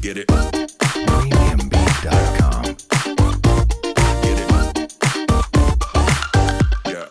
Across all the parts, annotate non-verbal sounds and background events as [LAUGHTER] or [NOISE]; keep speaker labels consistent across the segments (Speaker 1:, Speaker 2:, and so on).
Speaker 1: Get it. Premiumbeat.com. Get it. Yeah.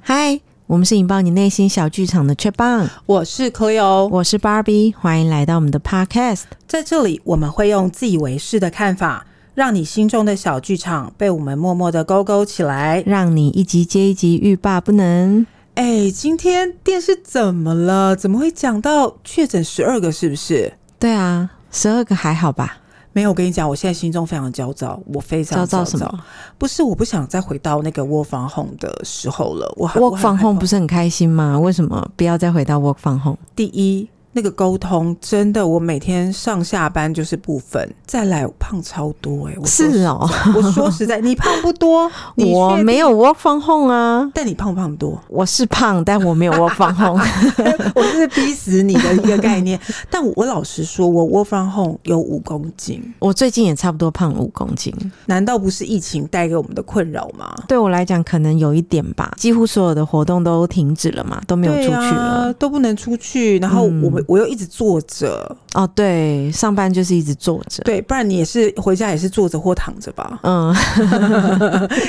Speaker 2: 嗨，我们是引爆你内心小剧场的雀棒，
Speaker 3: 我是 Cleo，
Speaker 2: 我是 Barbie，欢迎来到我们的 Podcast。
Speaker 3: 在这里我们会用自以为是的看法，让你心中的小剧场被我们默默的勾勾起来。
Speaker 2: 让你一集接一集欲罢不能。
Speaker 3: 哎，今天电视怎么了？怎么会讲到确诊十二个？是不是？
Speaker 2: 对啊，十二个还好吧？
Speaker 3: 没有，我跟你讲，我现在心中非常焦躁，我非常
Speaker 2: 焦
Speaker 3: 躁
Speaker 2: 躁什么？
Speaker 3: 不是，我不想再回到那个 work from home 的时候了。我很
Speaker 2: ？Work
Speaker 3: 我很
Speaker 2: from
Speaker 3: 害怕
Speaker 2: home 不是很开心吗？为什么不要再回到 Work from home？
Speaker 3: 第一，那个沟通真的，我每天上下班就是不分。再来，我胖超多哎、我说
Speaker 2: 是哦，
Speaker 3: 我说实在，你胖不
Speaker 2: [LAUGHS]
Speaker 3: 多，你确
Speaker 2: 我
Speaker 3: 定
Speaker 2: 没有 Work from home 啊。？
Speaker 3: 但你胖不胖多 [LAUGHS]
Speaker 2: 我是胖，但我没有 work from home。 [LAUGHS]
Speaker 3: 我是逼死你的一个概念。但我老实说，我 work from home 有五公斤，
Speaker 2: 我最近也差不多胖五公斤，
Speaker 3: 难道不是疫情带给我们的困扰吗？
Speaker 2: 对我来讲可能有一点吧。几乎所有的活动都停止了嘛，都没有出去
Speaker 3: 对
Speaker 2: 了。嗯
Speaker 3: 啊，都不能出去，然后我们、我又一直坐着，
Speaker 2: 哦，对，上班就是一直坐着。
Speaker 3: 对，不然你也是回家也是坐着或躺着
Speaker 2: [LAUGHS]
Speaker 3: 吧，
Speaker 2: 嗯，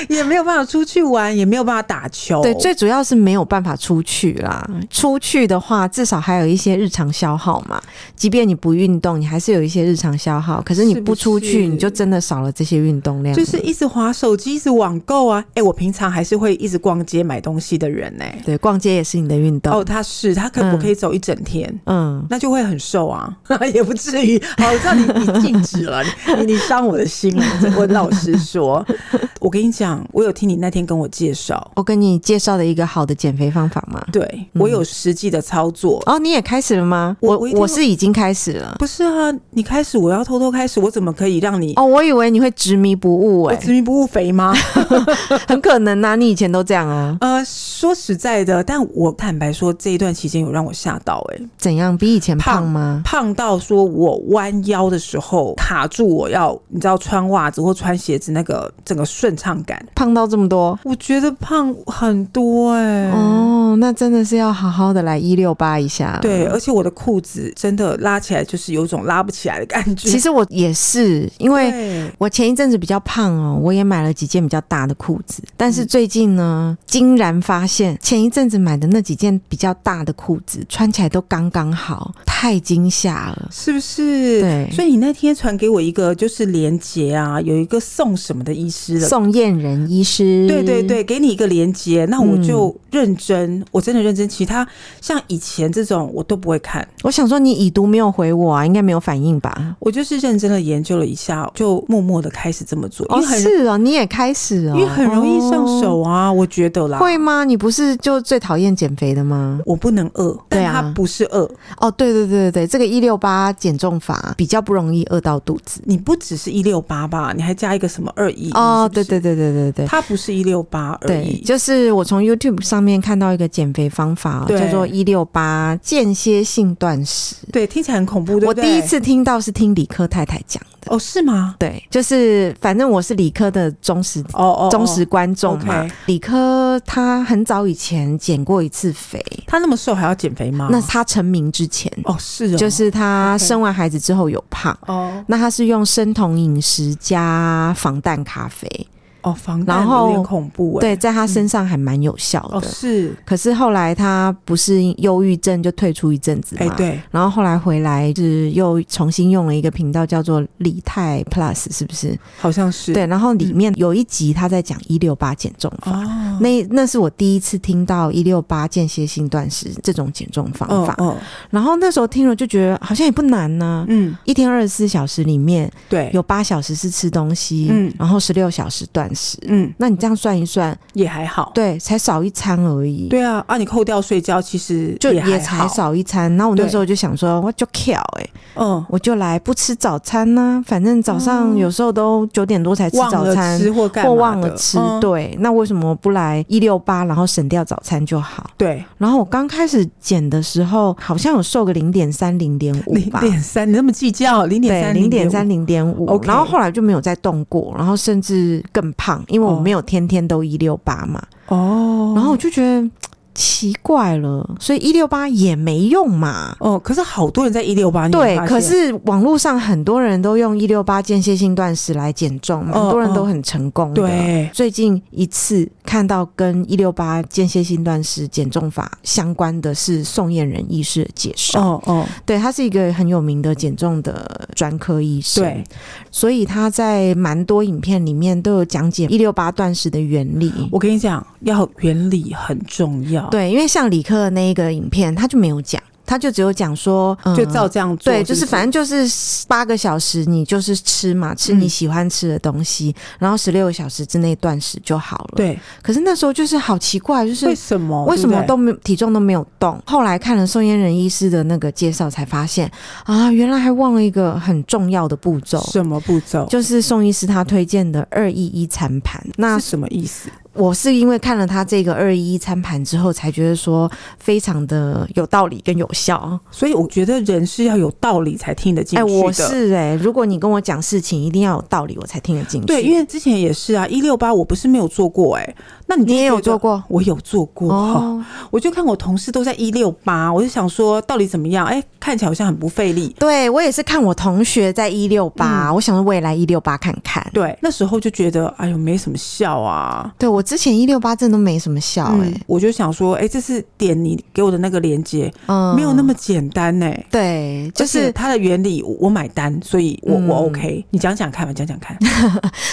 Speaker 3: 也没有办法出去玩，也没有办法打球，
Speaker 2: 对，最主要是没有办法出去啦。
Speaker 3: 嗯
Speaker 2: 出去的话，至少还有一些日常消耗嘛。即便你不运动，你还是有一些日常消耗。可是你
Speaker 3: 是不
Speaker 2: 不出去，
Speaker 3: 是
Speaker 2: 你就真的少了这些运动量了。
Speaker 3: 就是一直划手机，一直网购啊！哎、我平常还是会一直逛街买东西的人呢、
Speaker 2: 对，逛街也是你的运动。
Speaker 3: 哦，他是他可
Speaker 2: 嗯
Speaker 3: 我可以走一整天，
Speaker 2: 嗯，
Speaker 3: 那就会很瘦啊， [LAUGHS] 也不至于。好，我知道你你禁止了， [LAUGHS] 你你你伤我的心了。我我老实说，我跟你讲，我有听你那天跟我介绍，
Speaker 2: 我跟你介绍的一个好的减肥方法嘛。
Speaker 3: 对我有实际的操作。
Speaker 2: 哦，你也开始了吗？
Speaker 3: 我
Speaker 2: 嗯我
Speaker 3: 我一定
Speaker 2: 我
Speaker 3: 会
Speaker 2: 是已经开始了。
Speaker 3: 不是啊，你开始，我要偷偷开始，我怎么可以让你？
Speaker 2: 哦，我以为你会执迷不悟
Speaker 3: 我
Speaker 2: 哎、
Speaker 3: 执迷不悟肥吗？ [LAUGHS]
Speaker 2: 很可能呐、你以前都这样啊？
Speaker 3: 呃，说实在的，但我坦白说，这一段期间有让我吓到、欸，
Speaker 2: 怎样？比以前胖吗？
Speaker 3: 胖到说我弯腰的时候卡住我要，你知道穿袜子或穿鞋子那个整个顺畅感，
Speaker 2: 胖到这么多？
Speaker 3: 我觉得胖很多哎、
Speaker 2: 哦，那真的是要好好的来一六八一下。
Speaker 3: 对，而且我的裤子真的拉起来就是有种拉不起来的感觉。
Speaker 2: 其实我也是，因为
Speaker 3: 对
Speaker 2: 我前一阵子比较胖哦，我也买了几件比较大的裤子，但
Speaker 3: 嗯
Speaker 2: 是最近呢，惊然发现前一阵子买的那几件比较大的裤子穿起来都刚刚好，太惊吓了。
Speaker 3: 是不是？
Speaker 2: 对，
Speaker 3: 所以你那天传给我一个就是连接啊，有一个送什么的医师的。
Speaker 2: 宋燕人医嗯师，
Speaker 3: 对对对，给你一个连接，那我就认真，我真的认真。其他像以前这种我都不会看，
Speaker 2: 我想说你已读没有回我啊，应该没有反应吧？
Speaker 3: 我就是认真的研究了一下，就默默的开始这么做，因
Speaker 2: 哦，
Speaker 3: 为很、
Speaker 2: 是哦，你也开始哦，
Speaker 3: 因为很容易上手啊，我觉得啦
Speaker 2: 哦。。会吗？你不是就最讨厌减肥的吗？
Speaker 3: 我不能饿，
Speaker 2: 对
Speaker 3: 但
Speaker 2: 啊
Speaker 3: 它不是饿，
Speaker 2: 哦，对对对对对，这个一六八减重法比较不容易饿到肚子。
Speaker 3: 你不只是一六八吧，你还加一个什么二一
Speaker 2: 哦，对对对对对对。
Speaker 3: 它不是一六八而
Speaker 2: 对，
Speaker 3: 已。
Speaker 2: 就是我从 YouTube 上面看到一个减肥方法、哦，
Speaker 3: 对
Speaker 2: 叫做一六八间歇性断食。
Speaker 3: 对，听起来很恐怖，对
Speaker 2: 我
Speaker 3: 不对？
Speaker 2: 第一次听到是听理科太太讲的，
Speaker 3: 哦，是
Speaker 2: [LAUGHS]
Speaker 3: 吗？
Speaker 2: 对，就是反正我是理科的忠实
Speaker 3: 哦哦，哦
Speaker 2: 忠实，观众嘛
Speaker 3: OK。
Speaker 2: 理科他很早以前减过一次肥，
Speaker 3: 他那么瘦还要减肥吗？
Speaker 2: 那他成名之前，
Speaker 3: 啊哦是哦，
Speaker 2: 就是他
Speaker 3: OK
Speaker 2: 生完孩子之后有胖。
Speaker 3: 哦
Speaker 2: 那他是用生酮饮食加防弹咖啡，
Speaker 3: 哦，防
Speaker 2: 然
Speaker 3: 弹
Speaker 2: 后
Speaker 3: 有点恐怖哎。
Speaker 2: 对，在他身上还蛮有效的。
Speaker 3: 哦是，
Speaker 2: 可是后来他不是忧郁症就退出一阵子
Speaker 3: 哎
Speaker 2: 嘛，。
Speaker 3: 对，
Speaker 2: 然后后来回来是又重新用了一个频道叫做李泰 Plus，是不是？
Speaker 3: 好像是
Speaker 2: 对，然后里面有一集他在讲一六八减重法，
Speaker 3: 哦，
Speaker 2: 那那是我第一次听到一六八间歇性断食这种减重方
Speaker 3: 哦
Speaker 2: 法。
Speaker 3: 哦
Speaker 2: 然后那时候听了就觉得好像也不难呢、
Speaker 3: 嗯
Speaker 2: 一天二十四小时里面
Speaker 3: 对，
Speaker 2: 有八小时是吃东西，
Speaker 3: 嗯
Speaker 2: 然后十六小时断食。
Speaker 3: 嗯
Speaker 2: 那你这样算一算，
Speaker 3: 也还好。
Speaker 2: 对，才少一餐而已。
Speaker 3: 对啊，啊，你扣掉睡觉，其实
Speaker 2: 就
Speaker 3: 也
Speaker 2: 也
Speaker 3: 还
Speaker 2: 才
Speaker 3: 好，
Speaker 2: 少一餐。然后我那
Speaker 3: 对
Speaker 2: 时候就想说，我就巧哎、
Speaker 3: 嗯，
Speaker 2: 我就来不吃早餐呢、反正早上有时候都九点多才吃
Speaker 3: 哦忘
Speaker 2: 早
Speaker 3: 了
Speaker 2: 餐，
Speaker 3: 吃或干
Speaker 2: 或
Speaker 3: 嘛
Speaker 2: 忘了
Speaker 3: 的
Speaker 2: 吃。
Speaker 3: 嗯
Speaker 2: 对，那为什么不来一六八，然后省掉早餐就好？
Speaker 3: 对，
Speaker 2: 然后我刚开始减的时候，好像有瘦个零点三、零点五
Speaker 3: 零
Speaker 2: 吧。
Speaker 3: 点三，你那么计较，零点
Speaker 2: 对，
Speaker 3: 三，
Speaker 2: 零点
Speaker 3: 0.5
Speaker 2: 三、，零点五，
Speaker 3: OK
Speaker 2: 然后后来就没有再动过，然后甚至更胖，因为我没有天天都一六八嘛。
Speaker 3: 哦，
Speaker 2: 然后我就觉得奇怪了，所以一六八也没用嘛。
Speaker 3: 哦，可是好多人在一六八，
Speaker 2: 对，可是网络上很多人都用一六八间歇性断食来减重，蛮多人都很成功的。
Speaker 3: 哦对
Speaker 2: 最近一次看到跟一六八间歇性断食减重法相关的是宋燕人医师的介绍，
Speaker 3: 哦哦，
Speaker 2: 对他是一个很有名的减重的专科医生，
Speaker 3: 对，
Speaker 2: 所以他在蛮多影片里面都有讲解一六八断食的原理。
Speaker 3: 我跟你讲，要原理很重要，，
Speaker 2: 对，因为像理科的那一个影片，他就没有讲，他就只有讲说，嗯
Speaker 3: 就照这样做，
Speaker 2: 对，就是
Speaker 3: 不
Speaker 2: 反正就是八个小时，你就是吃嘛，吃你
Speaker 3: 嗯
Speaker 2: 喜欢吃的东西，然后十六个小时之内断食就好了。，
Speaker 3: 对，
Speaker 2: 可是那时候就是好奇怪，就是
Speaker 3: 为什么？
Speaker 2: 为什么
Speaker 3: 对不对
Speaker 2: 都没有体重都没有动？后来看了宋嫣人医师的那个介绍，才发现啊，原来还忘了一个很重要的步骤。
Speaker 3: 什么步骤？
Speaker 2: 就是宋医师他推荐的二一一餐盘，那
Speaker 3: 是什么意思？
Speaker 2: 我是因为看了他这个二一一餐盘之后，才觉得说非常的有道理跟有效。啊
Speaker 3: 所以我觉得人是要有道理才听得进
Speaker 2: 哎、
Speaker 3: 去的。
Speaker 2: 我是哎、如果你跟我讲事情，一定要有道理，我才听得进去。
Speaker 3: 对，因为之前也是啊，一六八我不是没有做过哎、那你就
Speaker 2: 你也有
Speaker 3: 觉得
Speaker 2: 做过
Speaker 3: 我有做过。
Speaker 2: 哦，
Speaker 3: 我就看我同事都在一六八，我就想说到底怎么样？哎、看起来好像很不费力。
Speaker 2: 对我也是看我同学在一六八，我想说未来一六八看看。
Speaker 3: 嗯对，那时候就觉得哎呦没什么效啊。
Speaker 2: 对我之前一六八真的没什么效哎、
Speaker 3: 嗯，我就想说，哎、这是点你给我的那个链接，
Speaker 2: 嗯，
Speaker 3: 没有那么简单呢、
Speaker 2: 对，就
Speaker 3: 而且
Speaker 2: 是
Speaker 3: 它的原理，我我买单，所以我、我
Speaker 2: 嗯
Speaker 3: OK。你讲讲看吧，讲讲看。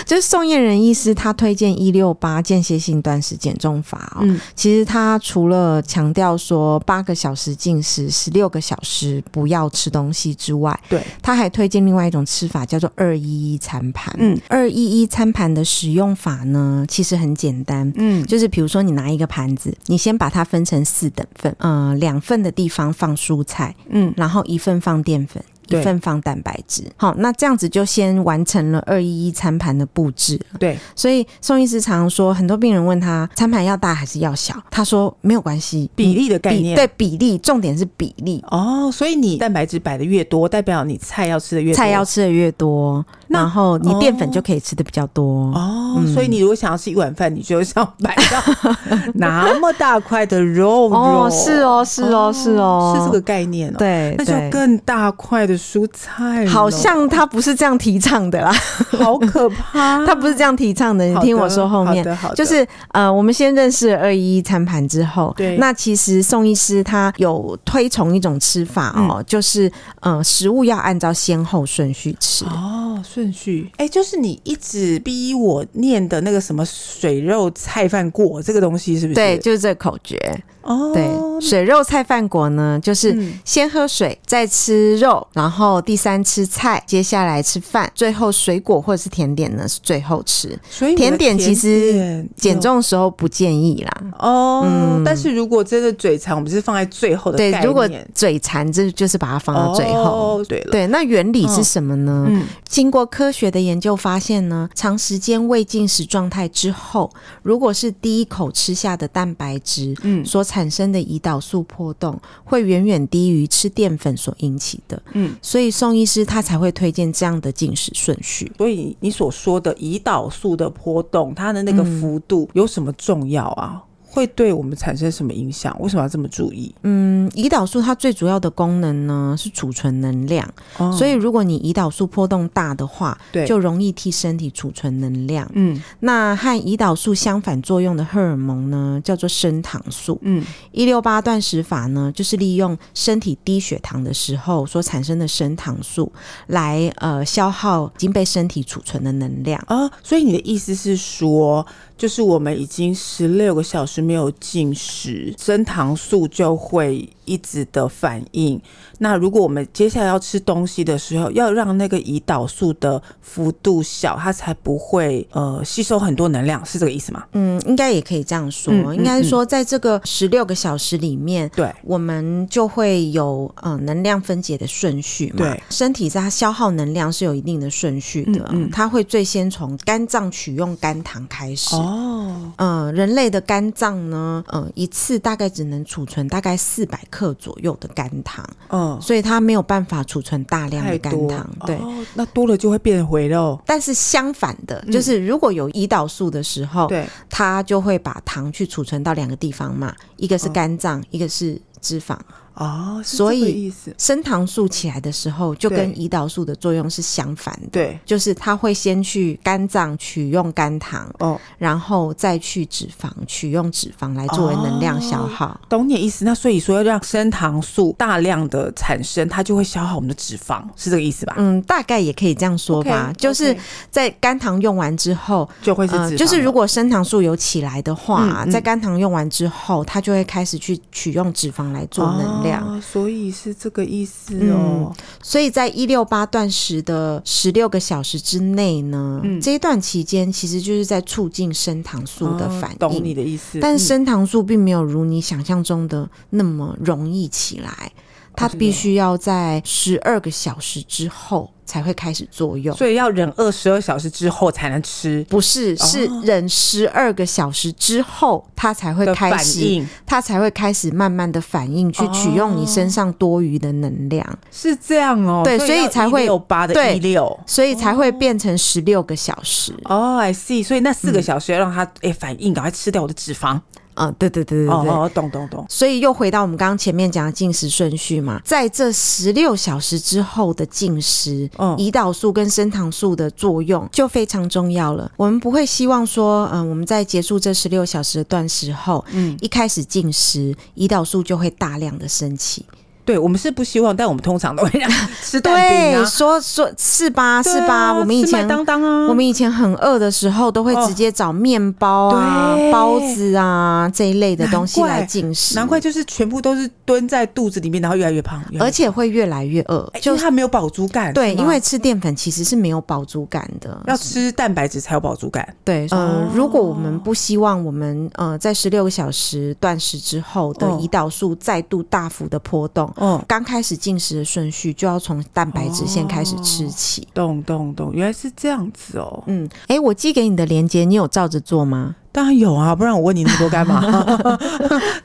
Speaker 2: 就是宋燕人医师他推荐一六八间歇性断食减重法哦。
Speaker 3: 嗯，
Speaker 2: 其实他除了强调说八个小时进食，十六个小时不要吃东西之外，
Speaker 3: 对，
Speaker 2: 他还推荐另外一种吃法，叫做二一一餐盘。
Speaker 3: 嗯
Speaker 2: 二一一餐盘的使用法呢，其实很简单。
Speaker 3: 嗯，
Speaker 2: 就是比如说，你拿一个盘子，你先把它分成四等份，呃，两份的地方放蔬菜，
Speaker 3: 嗯，
Speaker 2: 然后一份放淀粉，一
Speaker 3: 对
Speaker 2: 份放蛋白质。好，那这样子就先完成了二一一餐盘的布置。
Speaker 3: 对，
Speaker 2: 所以宋医师常说，很多病人问他餐盘要大还是要小，他说没有关系，
Speaker 3: 比例的概
Speaker 2: 比
Speaker 3: 念。
Speaker 2: 对比例，重点是比例，
Speaker 3: 哦，所以你蛋白质摆的越多，代表你菜要吃的越多。
Speaker 2: 菜要吃的越多，
Speaker 3: 那
Speaker 2: 然后你淀粉
Speaker 3: 哦
Speaker 2: 就可以吃的比较多。
Speaker 3: 哦，所以
Speaker 2: 嗯
Speaker 3: 你如果想要吃一碗饭，你就要摆
Speaker 2: [LAUGHS]
Speaker 3: 到那么大块的肉肉。
Speaker 2: 哦，是，哦，是哦，是哦，
Speaker 3: 是这个概念哦。，
Speaker 2: 对，
Speaker 3: 那就要
Speaker 2: 对
Speaker 3: 更大块的蔬菜了。
Speaker 2: 好像他不是这样提倡的啦，
Speaker 3: 好可 [LAUGHS] 怕。
Speaker 2: 他不是这样提倡的。你
Speaker 3: 啊好的
Speaker 2: 听我说后面
Speaker 3: 好，的好的
Speaker 2: 就是呃，我们先认识了二一一餐盘之后，
Speaker 3: 对
Speaker 2: 那其实宋医师他有推崇一种吃法哦，
Speaker 3: 嗯
Speaker 2: 就是呃，食物要按照先后顺序吃。
Speaker 3: 哦，顺序哎、就是你一直逼我念的那个什么水肉菜饭果这个东西，是不是？
Speaker 2: 对，就是这口诀。
Speaker 3: 哦，
Speaker 2: 对，水肉菜饭果呢，就是
Speaker 3: 嗯
Speaker 2: 先喝水，再吃肉，然后第三吃菜，接下来吃饭，最后水果或者是甜点呢是最后吃。
Speaker 3: 所以我的
Speaker 2: 甜点其实
Speaker 3: 点
Speaker 2: 减重的时候不建议啦。
Speaker 3: 哦，但是如果真的嘴馋，我们是放在最后的概
Speaker 2: 对
Speaker 3: 念。，
Speaker 2: 如果嘴馋，这就是把它放到最后。
Speaker 3: 哦、对了，
Speaker 2: 对，那原理是什么呢？
Speaker 3: 嗯，
Speaker 2: 经过科学的研究发现呢，长时间未进食状态之后，如果是第一口吃下的蛋白质，
Speaker 3: 嗯
Speaker 2: 所产生的胰岛素波动会远远低于吃淀粉所引起的。
Speaker 3: 嗯，
Speaker 2: 所以宋医师他才会推荐这样的进食顺序。
Speaker 3: 所以你所说的胰岛素的波动，它的那个幅度有什么重要啊？会对我们产生什么影响？为什么要这么注意？
Speaker 2: 嗯，胰岛素它最主要的功能呢是储存能量，
Speaker 3: 哦
Speaker 2: 所以如果你胰岛素波动大的话，
Speaker 3: 对
Speaker 2: 就容易替身体储存能量。
Speaker 3: 嗯
Speaker 2: 那和胰岛素相反作用的荷尔蒙呢，叫做升糖素。
Speaker 3: 嗯
Speaker 2: 一六八断食法呢，就是利用身体低血糖的时候所产生的升糖素来呃消耗已经被身体储存的能量。
Speaker 3: 啊，所以你的意思是说，就是我们已经十六个小时没有进食，升糖素就会一直的反应。那如果我们接下来要吃东西的时候，要让那个胰岛素的幅度小，它才不会呃吸收很多能量，是这个意思吗？
Speaker 2: 嗯，应该也可以这样说，
Speaker 3: 嗯嗯
Speaker 2: 应该说在这个十六个小时里面。
Speaker 3: 对，
Speaker 2: 我们就会有呃能量分解的顺序嘛，
Speaker 3: 对，
Speaker 2: 身体在它消耗能量是有一定的顺序的，
Speaker 3: 嗯嗯
Speaker 2: 它会最先从肝脏取用肝糖开始，
Speaker 3: 哦，
Speaker 2: 嗯，人类的肝脏上呢，嗯、一次大概只能储存大概四百克左右的甘糖，
Speaker 3: 嗯，
Speaker 2: 所以它没有办法储存大量的
Speaker 3: 太
Speaker 2: 甘
Speaker 3: 多
Speaker 2: 糖。对，
Speaker 3: 哦那多了就会变回肉。
Speaker 2: 但是相反的，
Speaker 3: 嗯
Speaker 2: 就是如果有胰岛素的时候，
Speaker 3: 对，
Speaker 2: 它就会把糖去储存到两个地方嘛，一个是肝脏，一个是脂肪。
Speaker 3: 哦，是
Speaker 2: 所以
Speaker 3: 这个意思，
Speaker 2: 升糖素起来的时候，就跟
Speaker 3: 对
Speaker 2: 胰岛素的作用是相反的。
Speaker 3: 对，
Speaker 2: 就是它会先去肝脏取用肝糖，
Speaker 3: 哦，
Speaker 2: 然后再去脂肪取用脂肪来作为能量消耗。
Speaker 3: 懂你的意思。那所以说要让升糖素大量的产生，它就会消耗我们的脂肪，是这个意思吧？
Speaker 2: 嗯，大概也可以这样说吧
Speaker 3: OK，
Speaker 2: 就是
Speaker 3: OK
Speaker 2: 在肝糖用完之后，
Speaker 3: 就会是脂肪了、
Speaker 2: 呃，就是如果升糖素有起来的话，
Speaker 3: 嗯嗯
Speaker 2: 在肝糖用完之后，它就会开始去取用脂肪来做能量。嗯
Speaker 3: 哦所以是这个意思哦。
Speaker 2: 所以在一六八断食的十六个小时之内呢，
Speaker 3: 嗯
Speaker 2: 这一段期间其实就是在促进升糖素的
Speaker 3: 哦
Speaker 2: 反应。
Speaker 3: 懂你的意思。
Speaker 2: 但是
Speaker 3: 嗯
Speaker 2: 升糖素并没有如你想象中的那么容易起来，
Speaker 3: 哦
Speaker 2: 它必须要在十二个小时之后才会开始作用。
Speaker 3: 嗯所以要忍二十二小时之后才能吃
Speaker 2: 不是，是
Speaker 3: 哦
Speaker 2: 忍十二个小时之后，它才会
Speaker 3: 的
Speaker 2: 开
Speaker 3: 反
Speaker 2: 始，
Speaker 3: 应，哦
Speaker 2: 它才会开始慢慢的反应，去取用你身上多余的能量，
Speaker 3: 是这样哦。
Speaker 2: 对所以才会
Speaker 3: 有八的
Speaker 2: 对
Speaker 3: 一六。
Speaker 2: 所以才会变成十六个小时。
Speaker 3: 哦、i see。所以那四个小时要让它诶、反应，赶快吃掉我的脂肪。
Speaker 2: 嗯，对对对对对。
Speaker 3: 哦哦，懂懂懂。
Speaker 2: 所以又回到我们刚刚前面讲的进食顺序嘛，在这十六小时之后的进食，
Speaker 3: 嗯
Speaker 2: 胰岛素跟升糖素的作用就非常重要了。我们不会希望说，嗯、我们在结束这十六小时的断食后，嗯，一开始进食，胰岛素就会大量的升起。
Speaker 3: 对我们是不希望，但我们通常都会让吃蛋饼
Speaker 2: 对，
Speaker 3: 啊，
Speaker 2: 说说是吧？[LAUGHS]
Speaker 3: 对
Speaker 2: 是吧？
Speaker 3: 啊
Speaker 2: 我们以
Speaker 3: 吃麦
Speaker 2: 前。
Speaker 3: 当当啊，
Speaker 2: 我们以前很饿的时候，都会
Speaker 3: 哦
Speaker 2: 直接找面包啊、
Speaker 3: 对
Speaker 2: 包子啊这一类的东西
Speaker 3: 难怪
Speaker 2: 来进食，
Speaker 3: 难怪就是全部都是蹲在肚子里面，然后越来越胖，越来
Speaker 2: 而
Speaker 3: 越
Speaker 2: 且会越来越饿，
Speaker 3: 哎
Speaker 2: 就
Speaker 3: 因为它没有饱足感。
Speaker 2: 对，
Speaker 3: 是吗
Speaker 2: 因为吃淀粉其实是没有饱足感的。
Speaker 3: 要吃蛋白质才有饱足感。
Speaker 2: 对，呃
Speaker 3: 哦，
Speaker 2: 如果我们不希望我们呃在十六个小时断食之后的
Speaker 3: 嗯
Speaker 2: 胰岛素再度大幅的波动，
Speaker 3: 嗯，
Speaker 2: 刚开始进食的顺序就要从蛋白质先开始吃起。
Speaker 3: 懂懂懂，原来是这样子哦。
Speaker 2: 嗯，哎、我寄给你的链接，你有照着做吗？
Speaker 3: 当然有啊，不然我问你那么多
Speaker 2: [LAUGHS]
Speaker 3: 干嘛？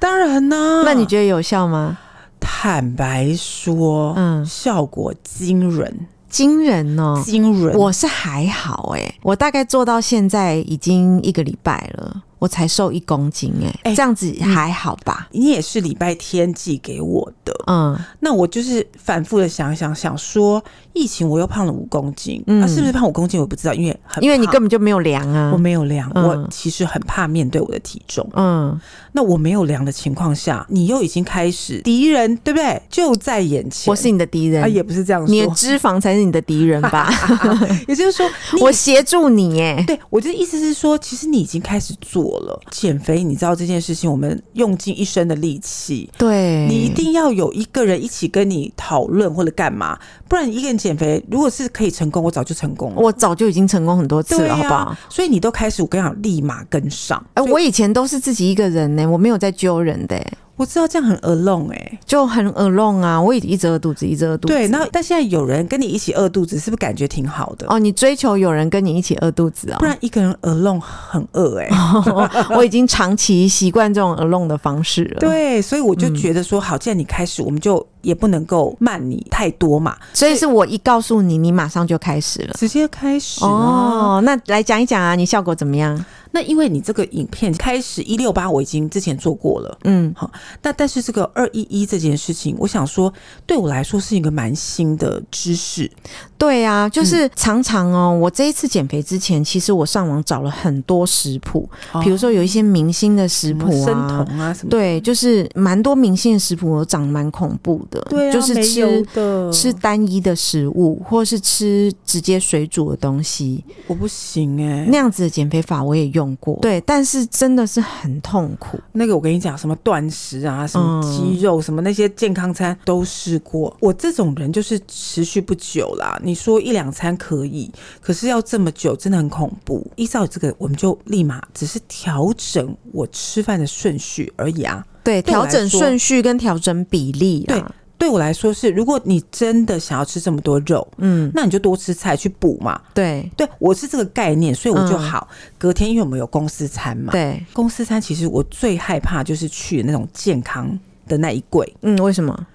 Speaker 3: 当然呢、
Speaker 2: 那你觉得有效吗？
Speaker 3: 坦白说，
Speaker 2: 嗯
Speaker 3: 效果惊人，
Speaker 2: 惊人哦！
Speaker 3: 惊人。
Speaker 2: 我是还好哎、我大概做到现在已经一个礼拜了，我才瘦一公斤哎、
Speaker 3: 哎
Speaker 2: 这样子还好吧？
Speaker 3: 你也是礼拜天寄给我的，
Speaker 2: 嗯，
Speaker 3: 那我就是反复的想想想说，疫情我又胖了五公斤，
Speaker 2: 嗯
Speaker 3: 啊，是不是胖五公斤我不知道，因为很
Speaker 2: 因为你
Speaker 3: 胖
Speaker 2: 根本就没有量啊。
Speaker 3: 我没有量，
Speaker 2: 嗯
Speaker 3: 我其实很怕面对我的体重。
Speaker 2: 嗯，
Speaker 3: 那我没有量的情况下，你又已经开始敌人，对不对？就在眼前。
Speaker 2: 我是你的敌人，
Speaker 3: 啊，也不是这样
Speaker 2: 你的
Speaker 3: 说，哎
Speaker 2: 脂肪才是你的敌人
Speaker 3: [LAUGHS]
Speaker 2: 吧？
Speaker 3: 也就是说，你
Speaker 2: 我协助你欸耶。
Speaker 3: 对我的意思是说，其实你已经开始做了减肥。你知道这件事情，我们用尽一生的力气，
Speaker 2: 对，
Speaker 3: 你一定要有一个人一起跟你讨论或者干嘛，不然一个人减肥，如果是可以成功，我早就成功了。
Speaker 2: 我早就已经成功很多次
Speaker 3: 对
Speaker 2: 了，
Speaker 3: 啊
Speaker 2: 好不好？？
Speaker 3: 所以你都开始，我跟你讲，立马跟上。
Speaker 2: 哎、
Speaker 3: 所以
Speaker 2: 我以前都是自己一个人呢，我没有在揪人的耶，欸
Speaker 3: 我知道这样很 alone 哎、
Speaker 2: 就很 alone 啊，我也一直饿肚子，一直饿肚子。
Speaker 3: 对，那但现在有人跟你一起饿肚子，是不是感觉挺好的？
Speaker 2: 哦，你追求有人跟你一起饿肚子哦
Speaker 3: 不。然一个人 alone 很饿哎、
Speaker 2: 啊 [LAUGHS] 我已经长期习惯这种 alone 的方式了。，
Speaker 3: 对，所以我就觉得说，好，既然你开始，我们就也不能够慢你太多嘛，
Speaker 2: 所以是我一告诉你，你马上就开始了。
Speaker 3: 直接开始啊。
Speaker 2: 哦，那来讲一讲啊，你效果怎么样？
Speaker 3: 那因为你这个影片开始一六八，我已经之前做过了。
Speaker 2: 嗯
Speaker 3: 那但是这个二一一这件事情，我想说，对我来说是一个蛮新的知识。
Speaker 2: 对啊，就是常常哦，我这一次减肥之前，其实我上网找了很多食谱，比如说有一些明星的食
Speaker 3: 哦什么
Speaker 2: 谱
Speaker 3: 生
Speaker 2: 啊。
Speaker 3: 酮啊什么，
Speaker 2: 对，就是蛮多明星的食谱都长得蛮恐怖的，
Speaker 3: 对啊，
Speaker 2: 就是
Speaker 3: 没有
Speaker 2: 吃
Speaker 3: 的，
Speaker 2: 吃单一的食物，或是吃直接水煮的东西，
Speaker 3: 我不行哎、
Speaker 2: 那样子的减肥法我也用过，对，但是真的是很痛苦。
Speaker 3: 那个我跟你讲，什么断食啊，什么鸡肉，什么那些健康餐都试过。我这种人就是持续不久啦。你说一两餐可以，可是要这么久真的很恐怖。依照这个，我们就立马只是调整我吃饭的顺序而已啊。
Speaker 2: 对，
Speaker 3: 对我
Speaker 2: 调
Speaker 3: 来
Speaker 2: 整
Speaker 3: 说
Speaker 2: 顺序跟调整比例啦，
Speaker 3: 对对我来说是，如果你真的想要吃这么多肉，
Speaker 2: 嗯，
Speaker 3: 那你就多吃菜去补嘛。
Speaker 2: 对
Speaker 3: 对我是这个概念，所以我就
Speaker 2: 嗯
Speaker 3: 好。隔天因为我们有公司餐嘛，
Speaker 2: 对，
Speaker 3: 公司餐其实我最害怕就是去那种健康的那一柜，
Speaker 2: 嗯，为什么？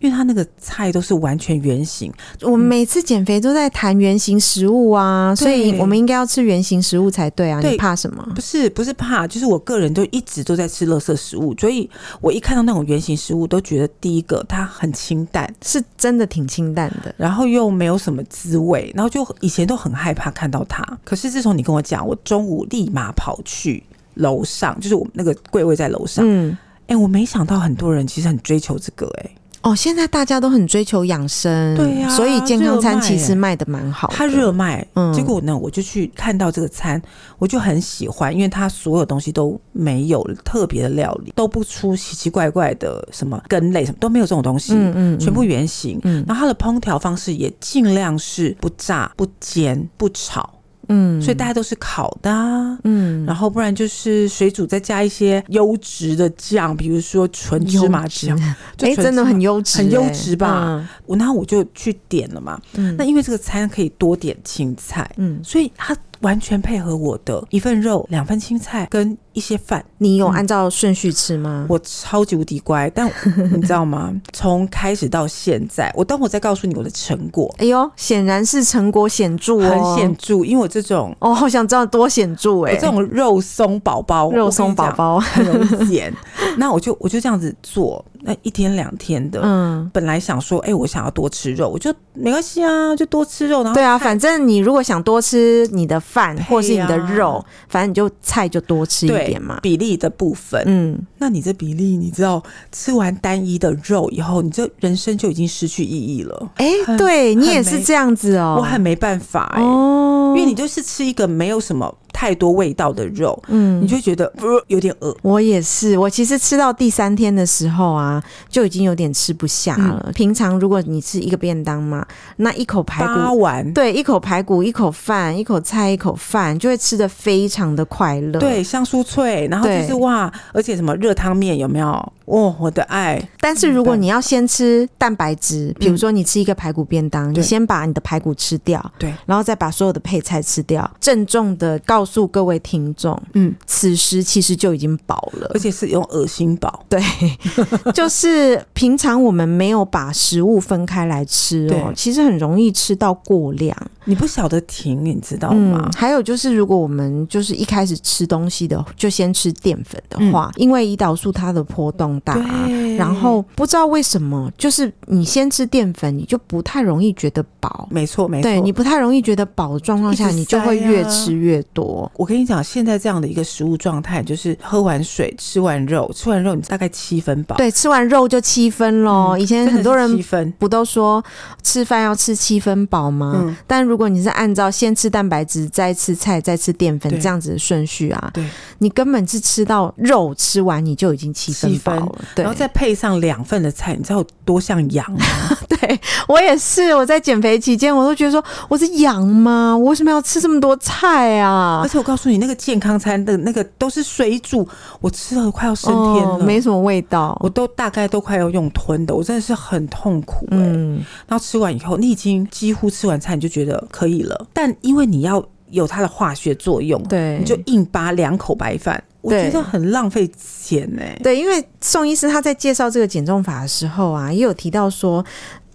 Speaker 3: 因为它那个菜都是完全圆形，
Speaker 2: 我们每次减肥都在谈原型食物啊，所以
Speaker 3: 对
Speaker 2: 我们应该要吃原型食物才对啊。
Speaker 3: 对
Speaker 2: 你怕什么？
Speaker 3: 不是不是怕，就是我个人都一直都在吃垃圾食物，所以我一看到那种圆形食物，都觉得第一个它很清淡，
Speaker 2: 是真的挺清淡的。
Speaker 3: 然后又没有什么滋味，然后就以前都很害怕看到它。可是自从你跟我讲，我中午立马跑去楼上，就是我们那个柜位在楼上，哎、
Speaker 2: 嗯，
Speaker 3: 我没想到很多人其实很追求这个、哎，
Speaker 2: 哦，现在大家都很追求养生，
Speaker 3: 对啊
Speaker 2: 所以健康
Speaker 3: 热
Speaker 2: 餐
Speaker 3: 卖
Speaker 2: 其实
Speaker 3: 耶
Speaker 2: 卖的蛮好的。
Speaker 3: 它热卖，
Speaker 2: 嗯
Speaker 3: 结果呢，我就去看到这个餐，我就很喜欢，因为它所有东西都没有特别的料理，都不出奇奇怪怪的什么根类，什么都没有这种东西，
Speaker 2: 嗯，嗯嗯，
Speaker 3: 全部圆形。
Speaker 2: 嗯
Speaker 3: 然后它的烹调方式也尽量是不炸、不煎、不炒，
Speaker 2: 嗯，
Speaker 3: 所以大家都是烤的、啊。
Speaker 2: 嗯，
Speaker 3: 然后不然就是水煮，再加一些优质的酱，比如说纯芝麻酱。就
Speaker 2: 哎、
Speaker 3: 纯
Speaker 2: 真的
Speaker 3: 芝麻
Speaker 2: 很优质、
Speaker 3: 很优
Speaker 2: 哎
Speaker 3: 质吧？我然后我就去点了嘛。
Speaker 2: 嗯，
Speaker 3: 那因为这个餐可以多点青菜，
Speaker 2: 嗯，
Speaker 3: 所以它完全配合我的一份肉、两份青菜跟一些饭，
Speaker 2: 你有按照顺序吃吗？
Speaker 3: 我超级无敌乖。但你知
Speaker 2: [LAUGHS]
Speaker 3: 道吗？从开始到现在，我当我在告诉你我的成果
Speaker 2: 哎呦，显然是成果显著哦，
Speaker 3: 很显著，因为我这种
Speaker 2: 哦，好想知道多显著
Speaker 3: 我
Speaker 2: 哎、
Speaker 3: 这种肉松宝宝，
Speaker 2: 肉松宝
Speaker 3: [LAUGHS]
Speaker 2: 宝，
Speaker 3: 我跟你讲很容易减。那我就我就这样子做，那一天两天的。
Speaker 2: 嗯，
Speaker 3: 本来想说，哎、我想要多吃肉，我就没关系啊，就多吃肉。然后
Speaker 2: 对啊，反正你如果想多吃你的饭
Speaker 3: 配啊
Speaker 2: 或是你的肉，反正你就菜就多吃一
Speaker 3: 对
Speaker 2: 点嘛。
Speaker 3: 比例的部分，
Speaker 2: 嗯，
Speaker 3: 那你这比例，你知道吃完单一的肉以后，你这人生就已经失去意义了。
Speaker 2: 哎、
Speaker 3: 很
Speaker 2: 对你
Speaker 3: 很
Speaker 2: 也是
Speaker 3: 没
Speaker 2: 这样子哦，
Speaker 3: 我很没办法哎、
Speaker 2: 哦
Speaker 3: 因，为你就是吃一个没有什么太多味道的肉，
Speaker 2: 嗯
Speaker 3: 你就觉得、呃、有点饿。
Speaker 2: 我也是，我其实吃到第三天的时候啊，就已经有点吃不下了。
Speaker 3: 嗯
Speaker 2: 平常如果你吃一个便当嘛，那一口排
Speaker 3: 八
Speaker 2: 骨，
Speaker 3: 碗，
Speaker 2: 对，一口排骨，一口饭，一口菜，一口饭，就会吃的非常的快乐。，
Speaker 3: 对，香酥脆，然后就
Speaker 2: 对
Speaker 3: 是哇，而且什么热汤面有没有？哦，我的爱，
Speaker 2: 但是如果你要先吃蛋白质，比如说你吃一个排骨便当，你
Speaker 3: 嗯对
Speaker 2: 先把你的排骨吃掉，
Speaker 3: 对，
Speaker 2: 然后再把所有的配菜吃掉。郑重的告诉各位听众，
Speaker 3: 嗯，
Speaker 2: 此时其实就已经饱了
Speaker 3: 而。且是用恶心饱。
Speaker 2: 对，
Speaker 3: 呃
Speaker 2: 就是平常我们没有把食物分开来吃哦
Speaker 3: 对，
Speaker 2: 其实很容易吃到过量。
Speaker 3: 你不晓得停，你知道吗
Speaker 2: 嗯，？还有就是，如果我们就是一开始吃东西的，就先吃淀粉的话，因为胰岛素它的波动大。
Speaker 3: 嗯对，
Speaker 2: 然后不知道为什么，就是你先吃淀粉，你就不太容易觉得饱。
Speaker 3: 没错没错，
Speaker 2: 对你不太容易觉得饱的状况下，
Speaker 3: 一直
Speaker 2: 你就会
Speaker 3: 塞啊
Speaker 2: 越吃越多。
Speaker 3: 我跟你讲，现在这样的一个食物状态，就是喝完水、吃完肉，吃完肉你大概七分饱，
Speaker 2: 对，吃完肉就七分咯。以前
Speaker 3: 嗯真的是
Speaker 2: 很多人
Speaker 3: 七分，
Speaker 2: 不都说吃饭要吃七分饱吗？
Speaker 3: 嗯，
Speaker 2: 但如果你是按照先吃蛋白质，再吃菜，再吃淀粉
Speaker 3: 对
Speaker 2: 这样子的顺序啊，
Speaker 3: 对，
Speaker 2: 你根本是吃到肉吃完你就已经七分
Speaker 3: 七
Speaker 2: 饱
Speaker 3: 分
Speaker 2: 了。对啊
Speaker 3: 然后，再配上两份的菜，你知道有多像羊吗？
Speaker 2: [LAUGHS] 对我也是，我在减肥期间，我都觉得说我是羊吗？我为什么要吃这么多菜啊
Speaker 3: 而？ [LAUGHS] 且我告诉你，那个健康餐的那个都是水煮，我吃了快要升天了，
Speaker 2: 哦没什么味道。
Speaker 3: 我都大概都快要用吞的，我真的是很痛苦哎、
Speaker 2: 嗯，
Speaker 3: 然后吃完以后，你已经几乎吃完菜，你就觉得可以了，但因为你要有它的化学作用，
Speaker 2: 对，
Speaker 3: 你就硬扒两口白饭，我
Speaker 2: 对
Speaker 3: 觉得很浪费钱哎、
Speaker 2: 对，因为宋医师他在介绍这个减重法的时候啊，也有提到说。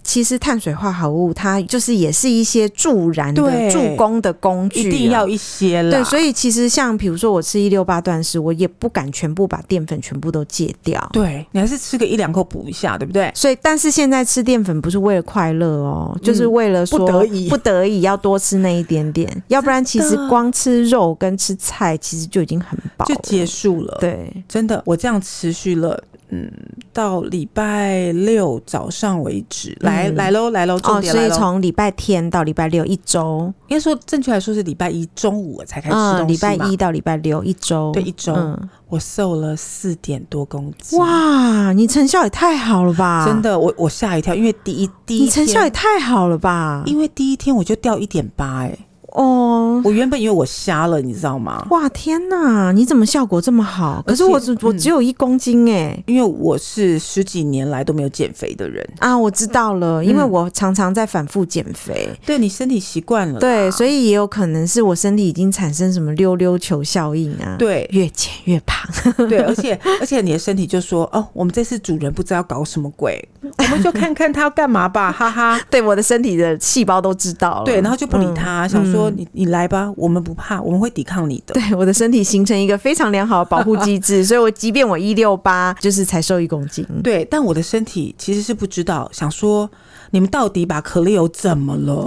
Speaker 2: 其实碳水化合物它就是也是一些助燃的
Speaker 3: 对
Speaker 2: 助攻的工具啊、
Speaker 3: 一定要一些啦。
Speaker 2: 对，所以其实像比如说我吃一六八断食，我也不敢全部把淀粉全部都戒掉。
Speaker 3: 对你还是吃个一两口补一下，对不对？
Speaker 2: 所以，但是现在吃淀粉不是为了快乐哦，就是为了说
Speaker 3: 嗯不得已
Speaker 2: 不得已要多吃那一点点，要不然其实光吃肉跟吃菜其实就已经很饱
Speaker 3: 就
Speaker 2: 了。
Speaker 3: 结束了。，
Speaker 2: 对，
Speaker 3: 真的，我这样持续了，嗯，到礼拜六早上为止。
Speaker 2: 嗯
Speaker 3: 来来喽，来喽，重
Speaker 2: 哦，
Speaker 3: 点
Speaker 2: 所
Speaker 3: 来
Speaker 2: 以
Speaker 3: 喽。
Speaker 2: 从礼拜天到礼拜六一周，
Speaker 3: 应该说，正确来说是礼拜一中午我才开始吃
Speaker 2: 嗯，
Speaker 3: 东
Speaker 2: 礼
Speaker 3: 西嘛
Speaker 2: 拜一，到礼拜六一周，
Speaker 3: 对一周
Speaker 2: 嗯，
Speaker 3: 我瘦了四点多公斤。！
Speaker 2: 哇，你成效也太好了吧！
Speaker 3: 真，的，我我吓一跳，因为第一第一
Speaker 2: 你成效也
Speaker 3: 天，
Speaker 2: 太好了吧！
Speaker 3: 因为第一天我就掉一点八，哎，
Speaker 2: 哦，
Speaker 3: 我原本以为我瞎了，你知道吗？
Speaker 2: 哇天哪，你怎么效果这么好？可是
Speaker 3: 而且
Speaker 2: 我只我
Speaker 3: 嗯
Speaker 2: 只有一公斤哎、
Speaker 3: 因为我是十几年来都没有减肥的人，
Speaker 2: 啊，我知道了，因为
Speaker 3: 嗯
Speaker 2: 我常常在反复减肥，
Speaker 3: 对你身体习惯了啦，
Speaker 2: 对，所以也有可能是我身体已经产生什么溜溜球效应啊，，
Speaker 3: 对
Speaker 2: 越减越胖，
Speaker 3: 对，而且 [LAUGHS] 而且你的身体就说哦，我们这次主人不知道搞什么鬼，我们就看看他要干
Speaker 2: [LAUGHS]
Speaker 3: 嘛吧，哈哈。
Speaker 2: 对，我的身体的细胞都知道了，
Speaker 3: 对，然后就不理他，想说
Speaker 2: 嗯
Speaker 3: 你你来吧，我们不怕，我们会抵抗你的。
Speaker 2: [LAUGHS] 对我的身体形成一个非常良好的保护机制，所以我即便我一六八，就是才瘦一公斤，
Speaker 3: 对，但我的身体其实是不知道，想说你们到底把可丽欧怎么
Speaker 2: [LAUGHS]
Speaker 3: 了？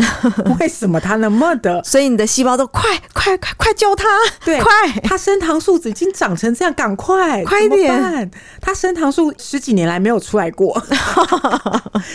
Speaker 3: 为什么他那么的？
Speaker 2: 所以你的细胞都快快快快救他，
Speaker 3: 对
Speaker 2: 快
Speaker 3: [LAUGHS] 他升糖素已经长成这样，赶快
Speaker 2: 快
Speaker 3: 怎么
Speaker 2: 点
Speaker 3: 办他升糖素十几年来没有出来过， [LAUGHS]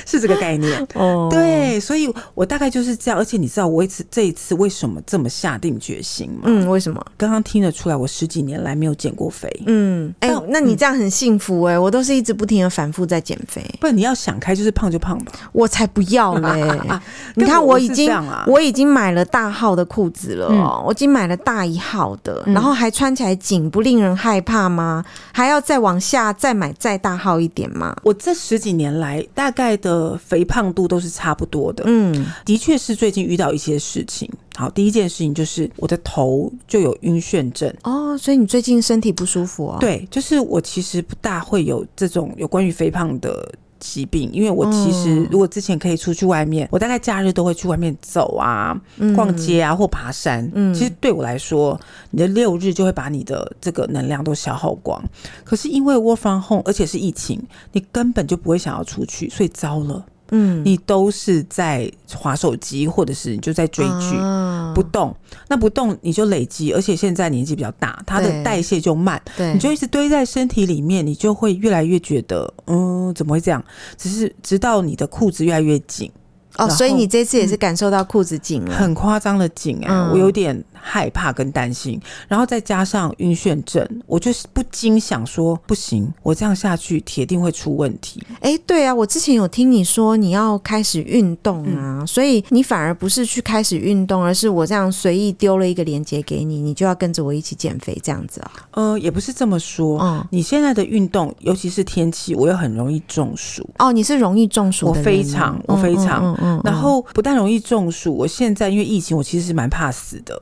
Speaker 3: 是这个概念。
Speaker 2: [LAUGHS] 哦，
Speaker 3: 对，所以我大概就是这样。而且你知道我一次这一次为什么这么下定决心吗？
Speaker 2: 嗯，为什么？
Speaker 3: 刚刚听得出来，我十几年来没有减过肥。
Speaker 2: 嗯，哎、
Speaker 3: 但
Speaker 2: 那你这样很幸福哎、我都是一直不停的反复在减肥，
Speaker 3: 不然你要想开，就是胖就胖吧。
Speaker 2: 我才不要嘞！
Speaker 3: [LAUGHS]
Speaker 2: 你看
Speaker 3: 跟
Speaker 2: 我
Speaker 3: 我
Speaker 2: 已
Speaker 3: 是
Speaker 2: 经
Speaker 3: 这样啊嗯
Speaker 2: 我已经买了大号的裤子了哦，我已经买了大一号的，然后还穿起来紧，不令人害怕吗？还要再往下再买再大号一点吗？
Speaker 3: 我这十几年来大概的肥胖度都是差不多的，
Speaker 2: 嗯，
Speaker 3: 的确是最近遇到一些事情。好，第一件事情就是我的头就有晕眩症。
Speaker 2: 哦，所以你最近身体不舒服哦？，
Speaker 3: 对，就是我其实不大会有这种有关于肥胖的疾病，因为我其实
Speaker 2: 嗯
Speaker 3: 如果之前可以出去外面，我大概假日都会去外面走啊、逛街啊或爬山。
Speaker 2: 嗯
Speaker 3: 其实对我来说，你的六日就会把你的这个能量都消耗光。可是因为 work from home，而且是疫情，你根本就不会想要出去，所以糟了，
Speaker 2: 嗯，
Speaker 3: 你都是在划手机，或者是你就在追剧。
Speaker 2: 啊
Speaker 3: 不动，那不动你就累积，而且现在年纪比较大，它
Speaker 2: 对
Speaker 3: 的代谢就慢，
Speaker 2: 对，
Speaker 3: 你就一直堆在身体里面，你就会越来越觉得，嗯，怎么会这样？只是直到你的裤子越来越紧，
Speaker 2: 哦，
Speaker 3: 然后嗯
Speaker 2: 所以你这次也是感受到裤子紧了。
Speaker 3: 很夸张的紧哎、
Speaker 2: 嗯
Speaker 3: 我有点害怕跟担心，然后再加上晕眩症，我就是不禁想说，不行，我这样下去铁定会出问题。
Speaker 2: 哎、对啊，我之前有听你说你要开始运动啊，
Speaker 3: 嗯
Speaker 2: 所以你反而不是去开始运动，而是我这样随意丢了一个链接给你，你就要跟着我一起减肥这样子啊、
Speaker 3: 呃，也不是这么说，
Speaker 2: 嗯
Speaker 3: 你现在的运动，尤其是天气，我又很容易中暑。
Speaker 2: 哦，你是容易中暑
Speaker 3: 我
Speaker 2: 的人
Speaker 3: 非
Speaker 2: 吗
Speaker 3: 常我非常
Speaker 2: 嗯嗯
Speaker 3: 然后不但容易中暑，我现在因为疫情，我其实蛮怕死的。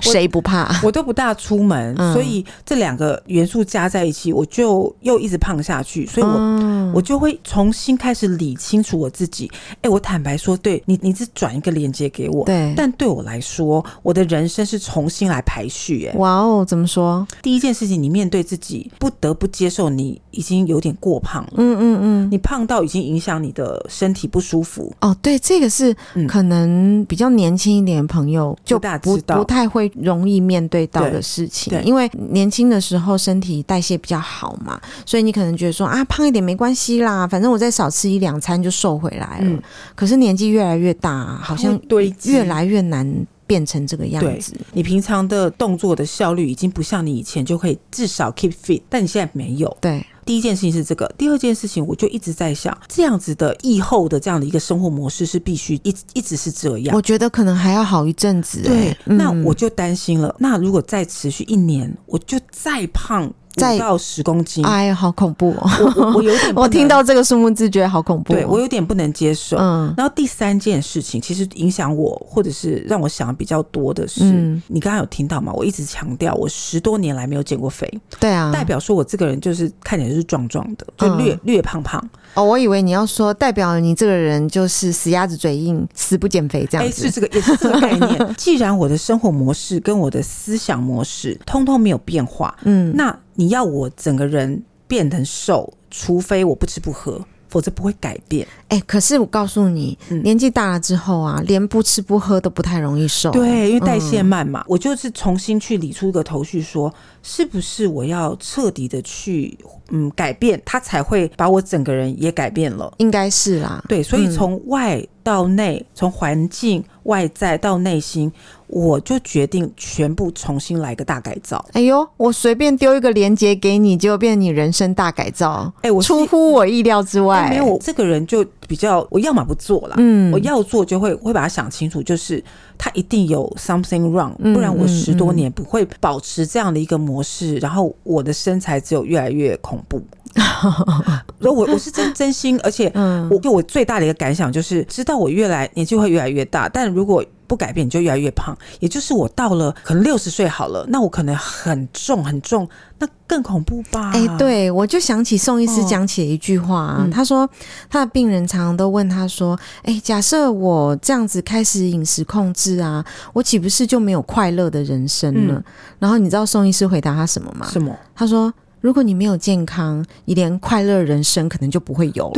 Speaker 2: 谁不怕？
Speaker 3: 我都不大出门，
Speaker 2: 嗯
Speaker 3: 所以这两个元素加在一起，我就又一直胖下去，所以我。
Speaker 2: 嗯
Speaker 3: 我就会重新开始理清楚我自己。哎、我坦白说，对你，你只转一个链接给我，
Speaker 2: 对
Speaker 3: 但对我来说，我的人生是重新来排序、哎，
Speaker 2: 哇哦，怎么说？
Speaker 3: 第一件事情，你面对自己，不得不接受你已经有点过胖了，
Speaker 2: 嗯嗯嗯。
Speaker 3: 你胖到已经影响你的身体不舒服。
Speaker 2: 哦，对，这个是
Speaker 3: 嗯
Speaker 2: 可能比较年轻一点的朋友就
Speaker 3: 不大
Speaker 2: 不
Speaker 3: 知道
Speaker 2: 不太会容易面对到
Speaker 3: 对
Speaker 2: 的事情
Speaker 3: 对，
Speaker 2: 因为年轻的时候身体代谢比较好嘛，所以你可能觉得说啊胖一点没关系啦，反正我再少吃一两餐就瘦回来了。
Speaker 3: 嗯
Speaker 2: 可是年纪越来越大，好像
Speaker 3: 会堆积
Speaker 2: 越来越难变成这个样
Speaker 3: 对
Speaker 2: 子。
Speaker 3: 你平常的动作的效率已经不像你以前就可以至少 keep fit，但你现在没有。
Speaker 2: 对，
Speaker 3: 第一件事情是这个，第二件事情我就一直在想，这样子的疫后的这样的一个生活模式是必须一一直是这样。
Speaker 2: 我觉得可能还要好一阵子、欸。
Speaker 3: 对，
Speaker 2: 哦嗯
Speaker 3: 那我就担心了。那如果再持续一年，我就再胖
Speaker 2: 再
Speaker 3: 五到十公斤，
Speaker 2: 哎呀，好恐怖哦！
Speaker 3: 我我我有点 [LAUGHS] 不能
Speaker 2: [LAUGHS] 我听，到这个数目字觉得好恐怖、哦。
Speaker 3: 对我有点不能接受。
Speaker 2: 嗯
Speaker 3: 然后第三件事情，其实影响我或者是让我想比较多的是，
Speaker 2: 嗯
Speaker 3: 你刚刚有听到吗？我一直强调，我十多年来没有减过肥，
Speaker 2: 对啊，
Speaker 3: 代表说我这个人就是看起来就是壮壮的，就略、
Speaker 2: 嗯
Speaker 3: 略胖胖。
Speaker 2: 哦，我以为你要说代表你这个人就是死鸭子嘴硬，死不减肥这样
Speaker 3: 哎，
Speaker 2: 子
Speaker 3: 是。这个，也是这个概
Speaker 2: [LAUGHS]
Speaker 3: 念。既然我的生活模式跟我的思想模式通通没有变化，
Speaker 2: 嗯，
Speaker 3: 那你要我整个人变成瘦，除非我不吃不喝，否则不会改变。
Speaker 2: 哎、可是我告诉你，
Speaker 3: 嗯
Speaker 2: 年纪大了之后啊，连不吃不喝都不太容易瘦。，
Speaker 3: 对，因为代
Speaker 2: 嗯
Speaker 3: 谢慢嘛，我就是重新去理出一个头绪说，是不是我要彻底的去嗯改变，它才会把我整个人也改变了。
Speaker 2: 应该是啦。
Speaker 3: 对，所以
Speaker 2: 嗯
Speaker 3: 从外到内，从环境外在到内心，我就决定全部重新来个大改造。
Speaker 2: 哎呦，我随便丢一个链接给你，结果变成你人生大改造，
Speaker 3: 哎、我是哎
Speaker 2: 出乎我意料之外。
Speaker 3: 哎没有，我这个人就比较，我要么不做啦，
Speaker 2: 嗯
Speaker 3: 我要做就会会把它想清楚，就是它一定有 something wrong，不然我
Speaker 2: 嗯
Speaker 3: 十多年不会保持这样的一个模式，然后我的身材只有越来越恐
Speaker 2: [LAUGHS]
Speaker 3: 怖。然后我我是真真心，而且
Speaker 2: 嗯
Speaker 3: 我给我最大的一个感想就是，知道我越来年纪会越来越大，但如果不改变，你就越来越胖。也就是我到了可能六十岁好了，那我可能很重很重，那更恐怖吧？
Speaker 2: 哎、，对，我就想起宋医师讲起一句话、啊
Speaker 3: 啊哦嗯
Speaker 2: 他说他的病人常常都问他说：“哎、假设我这样子开始饮食控制啊，我岂不是就没有快乐的人生了？”然后你知道宋医师回答他什么吗？
Speaker 3: 嗯什么？
Speaker 2: 他说：“如果你没有健康，你连快乐人生可能就不会有了。”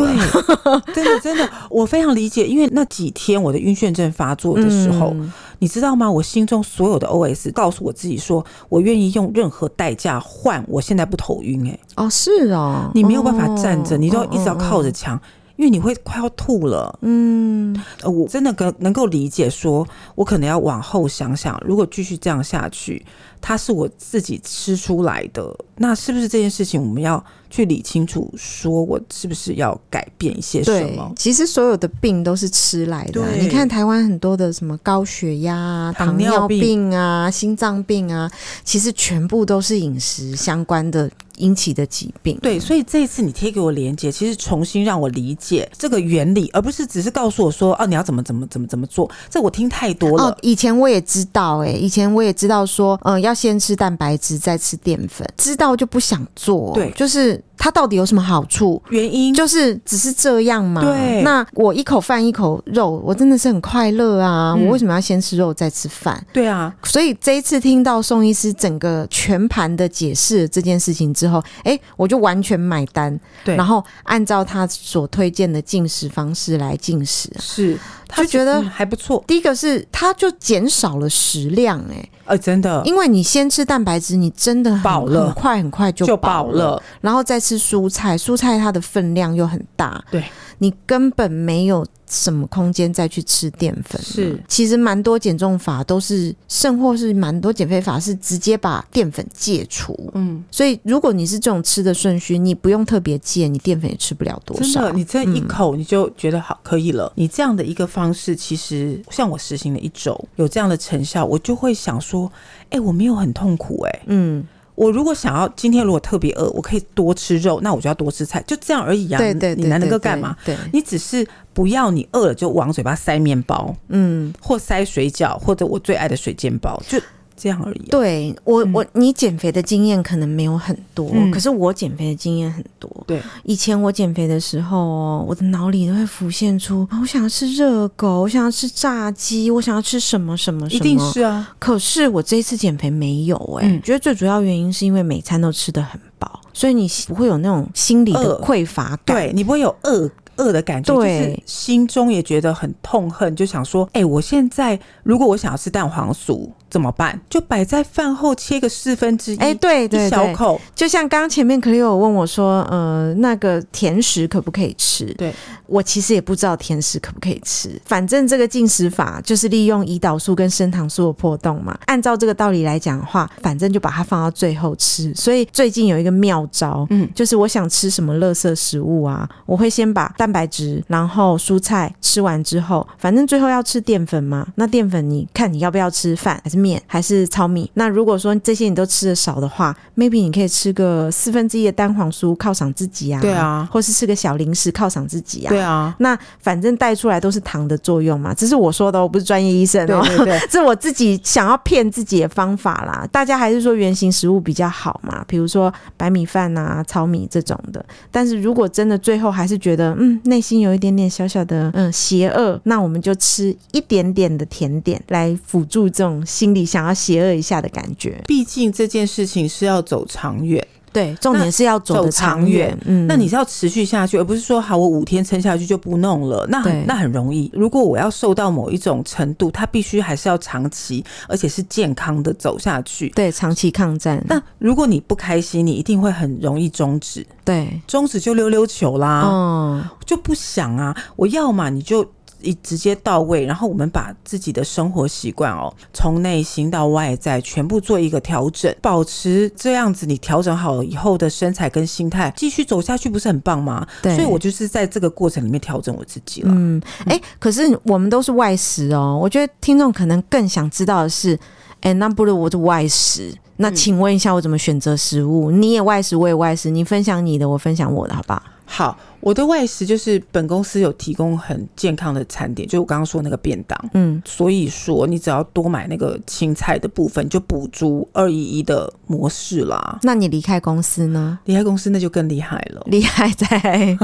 Speaker 2: [LAUGHS]
Speaker 3: 对，真的真的，我非常理解，因为那几天我的晕眩症发作的时候，
Speaker 2: 嗯
Speaker 3: 你知道吗？我心中所有的 OS 告诉我自己说，我愿意用任何代价换我现在不头晕、欸。哎，
Speaker 2: 哦，是哦，
Speaker 3: 你没有办法站着，
Speaker 2: 哦
Speaker 3: 你都要一直要靠着，墙。因为你会快要吐了，
Speaker 2: 嗯，嗯
Speaker 3: 呃，我真的能能够理解说我可能要往后想想，如果继续这样下去，它是我自己吃出来的，那是不是这件事情我们要去理清楚，说我是不是要改变一些什
Speaker 2: 对
Speaker 3: 么，？
Speaker 2: 其实所有的病都是吃来的啊、
Speaker 3: 对
Speaker 2: 你看台湾很多的什么高血压啊、
Speaker 3: 糖
Speaker 2: 糖尿
Speaker 3: 尿病
Speaker 2: 病啊、心脏病啊，其实全部都是饮食相关的引起的疾病。哦
Speaker 3: 对，所以这一次你贴给我连接，其实重新让我理解这个原理，而不是只是告诉我说，哦、你要怎么怎么怎么怎么做。这我听太多了。
Speaker 2: 哦，以前我也知道、欸，以前我也知道说，嗯、要先吃蛋白质，再吃淀粉，知道就不想做。
Speaker 3: 对
Speaker 2: 就是它到底有什么好处？
Speaker 3: 原因
Speaker 2: 就是只是这样嘛。
Speaker 3: 对
Speaker 2: 那我一口饭一口肉，我真的是很快乐啊！
Speaker 3: 嗯
Speaker 2: 我为什么要先吃肉再吃饭？
Speaker 3: 对啊，
Speaker 2: 所以这一次听到宋医师整个全盘的解释这件事情之后，哎、我就完全买单，
Speaker 3: 对
Speaker 2: 然后按照他所推荐的进食方式来进食。
Speaker 3: 是他
Speaker 2: 就觉得
Speaker 3: 还不错，
Speaker 2: 第一个是，它就减少了食量、诶，
Speaker 3: 呃，真的
Speaker 2: 哎，因为你先吃蛋白质，你真的很
Speaker 3: 饱了
Speaker 2: 很快很快就
Speaker 3: 就
Speaker 2: 饱
Speaker 3: 饱了，
Speaker 2: 然后再吃蔬菜，蔬菜它的分量又很大，
Speaker 3: 对，
Speaker 2: 你根本没有什么空间再去吃淀粉。
Speaker 3: 是
Speaker 2: 其实蛮多减重法都是，甚或是蛮多减肥法是直接把淀粉戒除。
Speaker 3: 嗯，
Speaker 2: 所以如果你是这种吃的顺序，你不用特别戒，你淀粉也吃不了多
Speaker 3: 真
Speaker 2: 少。嗯
Speaker 3: 的，你这一口你就觉得好可以了。你这样的一个方式，其实像我实行了一周，有这样的成效，我就会想说，哎、我没有很痛苦、哎，
Speaker 2: 嗯，
Speaker 3: 我如果想要今天如果特别饿，我可以多吃肉，那我就要多吃菜，就这样而已啊。
Speaker 2: 对对对，
Speaker 3: 你你能
Speaker 2: 对
Speaker 3: 够干嘛？？
Speaker 2: 对，
Speaker 3: 你只是不要你饿了就往嘴巴塞面包，
Speaker 2: 嗯，
Speaker 3: 或塞水饺，或者我最爱的水煎包，就这样而已、啊。
Speaker 2: 对我我你减肥的经验可能没有很多，
Speaker 3: 嗯
Speaker 2: 可是我减肥的经验很多。
Speaker 3: 对，
Speaker 2: 以前我减肥的时候哦，我的脑里都会浮现出，啊我想要吃热狗，我想要吃炸鸡，我想要吃什么什么什
Speaker 3: 一
Speaker 2: 么。
Speaker 3: 定是啊，
Speaker 2: 可是我这一次减肥没有哎、
Speaker 3: 嗯
Speaker 2: 觉得最主要原因是因为每餐都吃得很饱，所以你不会有那种心理的
Speaker 3: 饿
Speaker 2: 匮乏感。
Speaker 3: 对你不会有饿饿的感觉，就
Speaker 2: 对
Speaker 3: 是心中也觉得很痛恨，就想说，哎、我现在如果我想要吃蛋黄酥怎么办？就摆在饭后切个四分之一，
Speaker 2: 哎、对对
Speaker 3: 一小
Speaker 2: 对，
Speaker 3: 口，
Speaker 2: 就像刚前面 Cleo 问我说，呃，那个甜食可不可以吃？
Speaker 3: 对，
Speaker 2: 我其实也不知道甜食可不可以吃，反正这个进食法就是利用胰岛素跟升糖素的破洞嘛。按照这个道理来讲的话，反正就把它放到最后吃。所以最近有一个妙招，
Speaker 3: 嗯
Speaker 2: 就是我想吃什么垃圾食物啊，我会先把蛋白质，然后蔬菜吃完之后，反正最后要吃淀粉嘛。那淀粉你看你要不要吃饭，还是面，还是糙米？那如果说这些你都吃的少的话，maybe 你可以吃个四分之一的蛋黄酥犒赏自己啊，
Speaker 3: 对啊
Speaker 2: 或是吃个小零食犒赏自己啊，
Speaker 3: 对啊，
Speaker 2: 那反正带出来都是糖的作用嘛，这是我说的哦，我不是专业医生 [LAUGHS]
Speaker 3: 对啊
Speaker 2: 哦，
Speaker 3: 对对，
Speaker 2: 这我自己想要骗自己的方法啦。大家还是说原型食物比较好嘛，比如说白米饭啊、糙米这种的。但是如果真的最后还是觉得，嗯，内心有一点点小小的嗯邪恶，那我们就吃一点点的甜点来辅助这种心里想要邪恶一下的感觉。
Speaker 3: [LAUGHS] 毕竟这件事情是要走长远。
Speaker 2: 对，重点是要走
Speaker 3: 走
Speaker 2: 得
Speaker 3: 长
Speaker 2: 长远
Speaker 3: 远。
Speaker 2: 嗯，
Speaker 3: 那你是要持续下去，而不是说好我五天撑下去就不弄了，那
Speaker 2: 对
Speaker 3: 很那很容易。如果我要瘦到某一种程度，它必须还是要长期，而且是健康的走下去。
Speaker 2: 对长期抗战，
Speaker 3: 那如果你不开心，你一定会很容易终止，
Speaker 2: 对，
Speaker 3: 终止就溜溜球啦，啊
Speaker 2: 哦，
Speaker 3: 就不想啊。我要嘛你就。一直接到位，然后我们把自己的生活习惯哦，从内心到外在全部做一个调整，保持这样子，你调整好以后的身材跟心态，继续走下去不是很棒吗？
Speaker 2: 对
Speaker 3: 所以我就是在这个过程里面调整我自己了。
Speaker 2: 嗯，哎、可是我们都是外食哦，我觉得听众可能更想知道的是，哎、那不如我的外食。那请问一下，我怎么选择食物？你也外食，我也外食，你分享你的，我分享我的，好不好？
Speaker 3: 好，我的外食就是本公司有提供很健康的餐点，就我刚刚说那个便当。
Speaker 2: 嗯，
Speaker 3: 所以说，你只要多买那个青菜的部分，就补足二一一的模式啦。
Speaker 2: 那你离开公司呢？ [LAUGHS]
Speaker 3: 离开公司那就更厉害了。
Speaker 2: 厉害 [LAUGHS] 在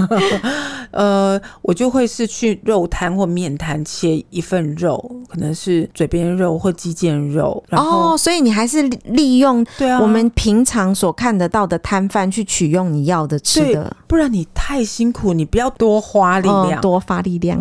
Speaker 3: 呃，我就会是去肉摊或面摊切一份肉，可能是嘴边肉或肌腱肉，然后、
Speaker 2: 哦，所以你还是利利用
Speaker 3: 对啊，
Speaker 2: 我们平常所看得到的摊贩去取用你要的吃的，
Speaker 3: 不然你太辛苦，你不要多花力
Speaker 2: 嗯
Speaker 3: 量，
Speaker 2: 多发力量。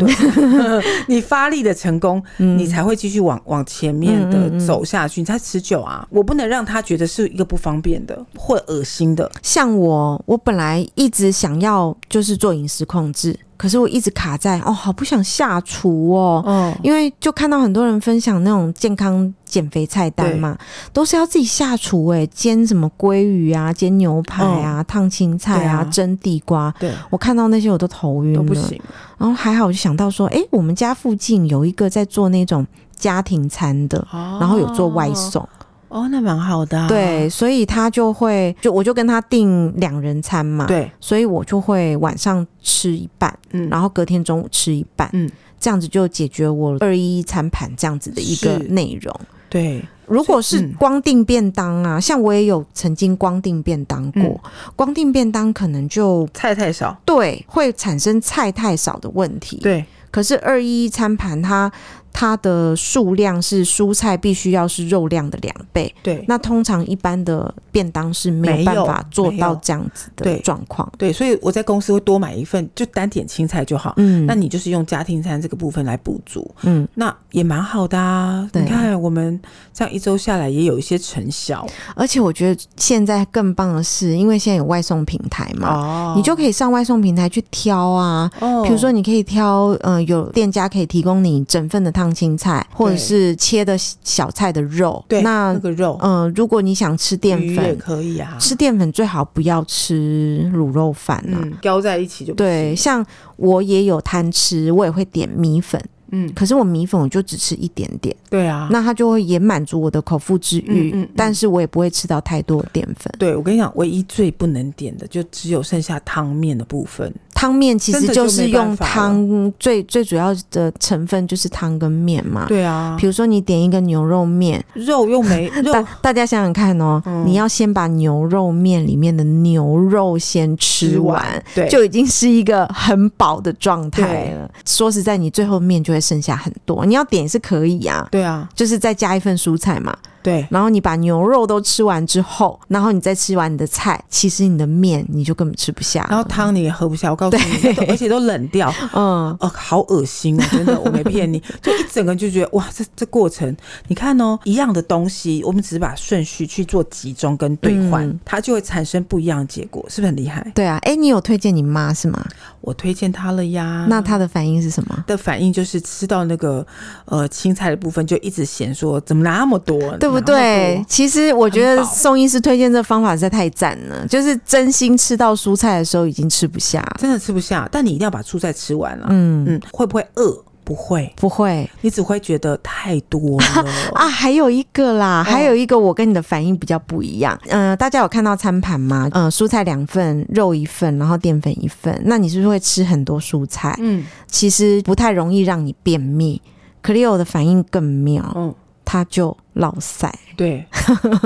Speaker 3: [LAUGHS] 你发力的成功，
Speaker 2: 嗯
Speaker 3: 你才会继续往往前面的
Speaker 2: 嗯嗯嗯
Speaker 3: 走下去，你才持久啊！我不能让他觉得是一个不方便的或恶心的，
Speaker 2: 像我，我本来一直想要就是做饮食控制，可是我一直卡在哦，好不想下厨哦。
Speaker 3: 哦，
Speaker 2: 因为就看到很多人分享那种健康减肥菜单嘛，都是要自己下厨诶、煎什么鲑鱼啊，煎牛排啊，烫青菜啊，
Speaker 3: 哦对啊啊
Speaker 2: 蒸地瓜。
Speaker 3: 对，
Speaker 2: 我看到那些我都头晕了，
Speaker 3: 都不行。
Speaker 2: 然后还好，我就想到说，诶，我们家附近有一个在做那种家庭餐的，
Speaker 3: 哦
Speaker 2: 然后有做外送，
Speaker 3: 哦，那蛮好的、啊，
Speaker 2: 对，所以他就会就我就跟他订两人餐嘛，，
Speaker 3: 对，
Speaker 2: 所以我就会晚上吃一半，
Speaker 3: 嗯，
Speaker 2: 然后隔天中午吃一半，
Speaker 3: 嗯，
Speaker 2: 这样子就解决我二一一餐盘这样子的一个
Speaker 3: 是
Speaker 2: 内容。
Speaker 3: 对，
Speaker 2: 如果是
Speaker 3: 所以嗯
Speaker 2: 光订便当啊，像我也有曾经光订便当过，
Speaker 3: 嗯
Speaker 2: 光订便当可能就
Speaker 3: 菜太少，
Speaker 2: 对会产生菜太少的问题，
Speaker 3: 对，
Speaker 2: 可是二一一餐盘它它的数量是蔬菜必须要是肉量的两倍，
Speaker 3: 对，
Speaker 2: 那通常一般的便当是没有
Speaker 3: 没有
Speaker 2: 办法做到
Speaker 3: 没有
Speaker 2: 这样子的
Speaker 3: 对
Speaker 2: 状况。
Speaker 3: 对，所以我在公司会多买一份，就单点青菜就好。
Speaker 2: 嗯，
Speaker 3: 那你就是用家庭餐这个部分来补足，
Speaker 2: 嗯，
Speaker 3: 那也蛮好的啊。
Speaker 2: 对
Speaker 3: 你看，我们这样一周下来也有一些成效
Speaker 2: 而且我觉得现在更棒的是，因为现在有外送平台嘛，
Speaker 3: 哦
Speaker 2: 你就可以上外送平台去挑啊。
Speaker 3: 哦
Speaker 2: 比如说，你可以挑，呃，有店家可以提供你整份的烫青菜，或者
Speaker 3: 对
Speaker 2: 是切的小菜的肉。
Speaker 3: 对
Speaker 2: 那
Speaker 3: 那个肉，
Speaker 2: 嗯、呃如果你想吃淀
Speaker 3: 鱼也
Speaker 2: 粉，
Speaker 3: 可以啊，
Speaker 2: 吃淀粉最好不要吃卤肉饭啊。
Speaker 3: 嗯，浇在一起就不
Speaker 2: 对，
Speaker 3: 行
Speaker 2: 像我也有贪吃，我也会点米粉，
Speaker 3: 嗯，
Speaker 2: 可是我米粉我就只吃一点点，
Speaker 3: 对啊。
Speaker 2: 那它就会也满足我的口腹之欲，
Speaker 3: 嗯嗯嗯
Speaker 2: 但是我也不会吃到太多的淀粉。
Speaker 3: 对，我跟你讲，唯一最不能点的就只有剩下汤面的部分。
Speaker 2: 汤面其
Speaker 3: 真
Speaker 2: 实
Speaker 3: 的就
Speaker 2: 就是
Speaker 3: 没办
Speaker 2: 用
Speaker 3: 法了
Speaker 2: 汤最最主要的成分就是汤跟面嘛。
Speaker 3: 对啊
Speaker 2: 比，如说你点一个牛肉面，
Speaker 3: 肉又
Speaker 2: [LAUGHS]
Speaker 3: 没肉
Speaker 2: 大大家想想看哦，
Speaker 3: 嗯
Speaker 2: 你要先把牛肉面里面的牛肉先吃完，，
Speaker 3: 对，
Speaker 2: 就已经是一个很饱的状态
Speaker 3: 对
Speaker 2: 了。说实在，你最后面就会剩下很多，你要点也是可以啊。
Speaker 3: 对啊，
Speaker 2: 就是再加一份蔬菜嘛，
Speaker 3: 对，
Speaker 2: 然后你把牛肉都吃完之后，然后你再吃完你的菜，其实你的面你就根本吃不下了。
Speaker 3: 然后汤你也喝不下，我告诉你，而且都冷掉，
Speaker 2: 嗯，
Speaker 3: 哦，好恶
Speaker 2: [LAUGHS]
Speaker 3: 心哦！真的，我没骗你，就一整个就觉得哇，这这过程，你看哦，一样的东西，我们只是把顺序去做集中跟兑换，
Speaker 2: 嗯
Speaker 3: 它就会产生不一样的结果，是不是很厉害？
Speaker 2: 对啊，哎、你有推荐你妈是吗？
Speaker 3: 我推荐它了呀。
Speaker 2: 那她的反应是什么？
Speaker 3: 的反应就是吃到那个呃青菜的部分，就一直嫌说怎么那么多，
Speaker 2: 对不
Speaker 3: 哪那
Speaker 2: 对
Speaker 3: 么？
Speaker 2: 其实我觉得
Speaker 3: 很饱
Speaker 2: 宋医师推荐这方法实在太赞了，就是真心吃到蔬菜的时候已经吃不下了
Speaker 3: 多？真的吃不下，但你一定要把蔬菜吃完了。
Speaker 2: 嗯，
Speaker 3: 嗯，会不会饿？不会，
Speaker 2: 不会
Speaker 3: 你只会觉得太多了
Speaker 2: [LAUGHS] 啊，还有一个
Speaker 3: 哦
Speaker 2: 啦，还有一个我跟你的反应比较不一样。嗯、大家有看到餐盘吗？嗯、蔬菜两份，肉一份，然后淀粉一份。那你是不是会吃很多蔬菜？
Speaker 3: 嗯
Speaker 2: 其实不太容易让你便秘。c l e o 的反应更妙，
Speaker 3: 嗯，
Speaker 2: 他就落塞。 [LAUGHS]
Speaker 3: 对，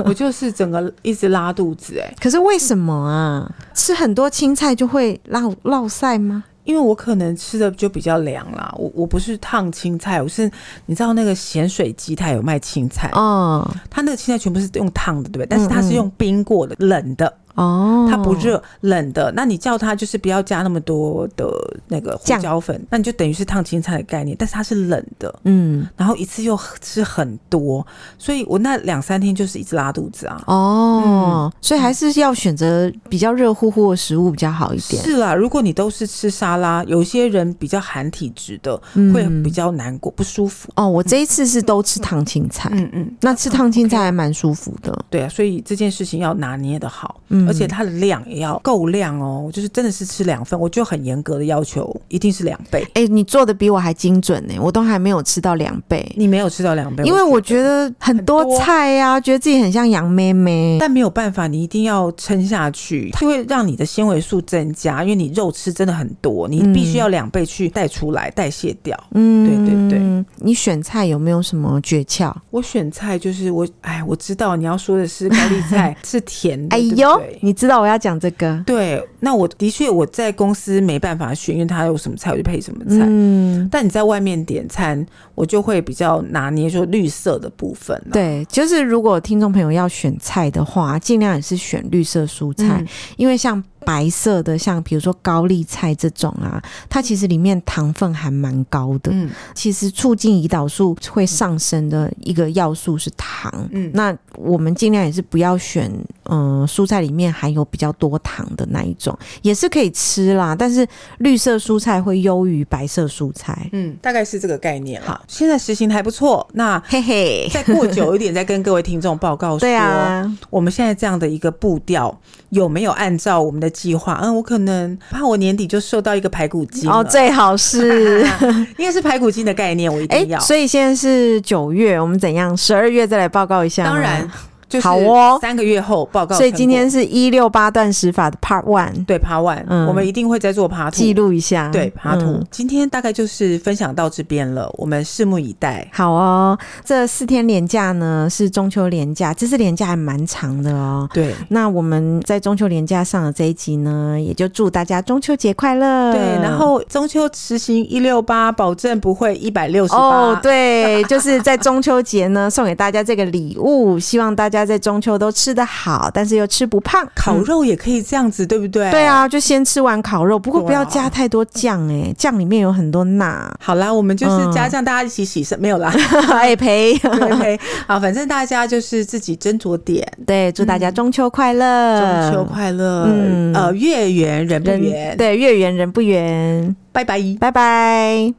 Speaker 3: 我就是整个一直拉肚子、哎，
Speaker 2: 可是为什么啊？吃很多青菜就会落落晒吗？
Speaker 3: 因为我可能吃的就比较凉啦，我我不是烫青菜，我是你知道那个咸水鸡，它有卖青菜，
Speaker 2: 哦
Speaker 3: 它那个青菜全部是用烫的，对不对？但是它
Speaker 2: 嗯
Speaker 3: 是用冰过的，冷的，
Speaker 2: 哦，
Speaker 3: 它不，热，冷的，那你叫它就是不要加那么多的那个胡
Speaker 2: 酱
Speaker 3: 椒粉，那你就等于是烫青菜的概念，但是它是冷的，
Speaker 2: 嗯，
Speaker 3: 然后一次又吃很多，所以我那两三天就是一直拉肚子啊。
Speaker 2: 哦，所以还是要选择比较热乎乎的食物比较好一点，
Speaker 3: 是啦，如果你都是吃沙拉，有些人比较寒体质的会比较难过、不舒服。
Speaker 2: 嗯哦，我这一次是都吃烫青菜，
Speaker 3: 嗯嗯，
Speaker 2: 那吃烫青菜还蛮舒服的，
Speaker 3: 对啊，所以这件事情要拿捏的好，
Speaker 2: 嗯
Speaker 3: 而且它的量也要够量哦，就是真的是吃两份，我就很严格的要求，一定是两倍。
Speaker 2: 哎、你做的比我还精准呢、我都还没有吃到两倍，
Speaker 3: 你没有吃到两倍，
Speaker 2: 因为我觉得很
Speaker 3: 很
Speaker 2: 多
Speaker 3: 多
Speaker 2: 菜呀、觉得自己很像杨妹妹，
Speaker 3: 但没有办法，你一定要撑下去，它会让你的纤维素增加，因为你肉吃真的很多，你必须要两倍去带出来、代谢掉。
Speaker 2: 嗯，
Speaker 3: 对对对，
Speaker 2: 你选菜有没有什么诀窍？
Speaker 3: 我选菜就是我，哎，我知道你要说
Speaker 2: [LAUGHS]
Speaker 3: 的是高丽菜是甜的，
Speaker 2: 哎
Speaker 3: 对
Speaker 2: 呦
Speaker 3: 不对，
Speaker 2: 你知道我要讲这个，
Speaker 3: 对，那我的确我在公司没办法选，因为它有什么菜我就配什么菜。
Speaker 2: 嗯，
Speaker 3: 但你在外面点餐，我就会比较拿捏说绿色的部分、啊。
Speaker 2: 对，就是如果听众朋友要选菜的话，尽量也是选绿色蔬菜，
Speaker 3: 嗯
Speaker 2: 因为像白色的，像比如说高丽菜这种啊，它其实里面糖分还蛮高的，
Speaker 3: 嗯
Speaker 2: 其实促进胰岛素会上升的一个要素是糖。
Speaker 3: 嗯
Speaker 2: 那我们尽量也是不要选，嗯、蔬菜里面含有比较多糖的那一种，也是可以吃啦。但是绿色蔬菜会优于白色蔬菜，
Speaker 3: 嗯，大概是这个概念啦。现在实行的还不错，那
Speaker 2: 嘿嘿，
Speaker 3: 再过久一点，再跟各位听众报告说，
Speaker 2: 对啊，
Speaker 3: 我们现在这样的一个步调有没有按照我们的计划？嗯，我可能怕我年底就瘦到一个排骨精
Speaker 2: 哦，
Speaker 3: 了
Speaker 2: 最好是。
Speaker 3: [LAUGHS] 应该是排骨精的概念，我一
Speaker 2: 哎、
Speaker 3: 定要。
Speaker 2: 所以现在是九月，我们怎样？十二月再来报告一下吗。
Speaker 3: 当然，就是
Speaker 2: 啊好哦
Speaker 3: 三个月后报告成果。
Speaker 2: 所以今天是一六八断食法的 Part One，
Speaker 3: 对爬完，
Speaker 2: 嗯
Speaker 3: 我们一定会再做爬图
Speaker 2: 记。录一下。
Speaker 3: 对爬图，
Speaker 2: 嗯
Speaker 3: 今天大概就是分享到这边了，我们拭目以待。
Speaker 2: 好哦，这四天连假呢是中秋连假，这次连假还蛮长的哦。
Speaker 3: 对。
Speaker 2: 那我们在中秋连假上的这一集呢，也就祝大家中秋节快乐。哦
Speaker 3: 对，然后中秋实行一六八，保证不会一百六十八。
Speaker 2: 哦，，对，就是在中秋节呢，送给大家这个礼物，希望大家在中秋都吃得好，但是又吃不胖。
Speaker 3: 烤肉也可以这样子，对不对？
Speaker 2: 对。啊，就先吃完烤肉，不过
Speaker 3: 对啊
Speaker 2: 不要加太多酱哎、酱里面有很多钠， [LAUGHS]
Speaker 3: 好啦，我们就是加酱，大家一起洗身，没有啦。
Speaker 2: 哎呸！ [LAUGHS]
Speaker 3: 对，好，反正大家就是自己斟酌点。
Speaker 2: 对，祝大家中秋快乐，
Speaker 3: 中秋快乐，
Speaker 2: 嗯
Speaker 3: 呃，月圆人不
Speaker 2: 人
Speaker 3: 圆，
Speaker 2: 对月圆人不圆，
Speaker 3: 拜拜。
Speaker 2: 拜拜。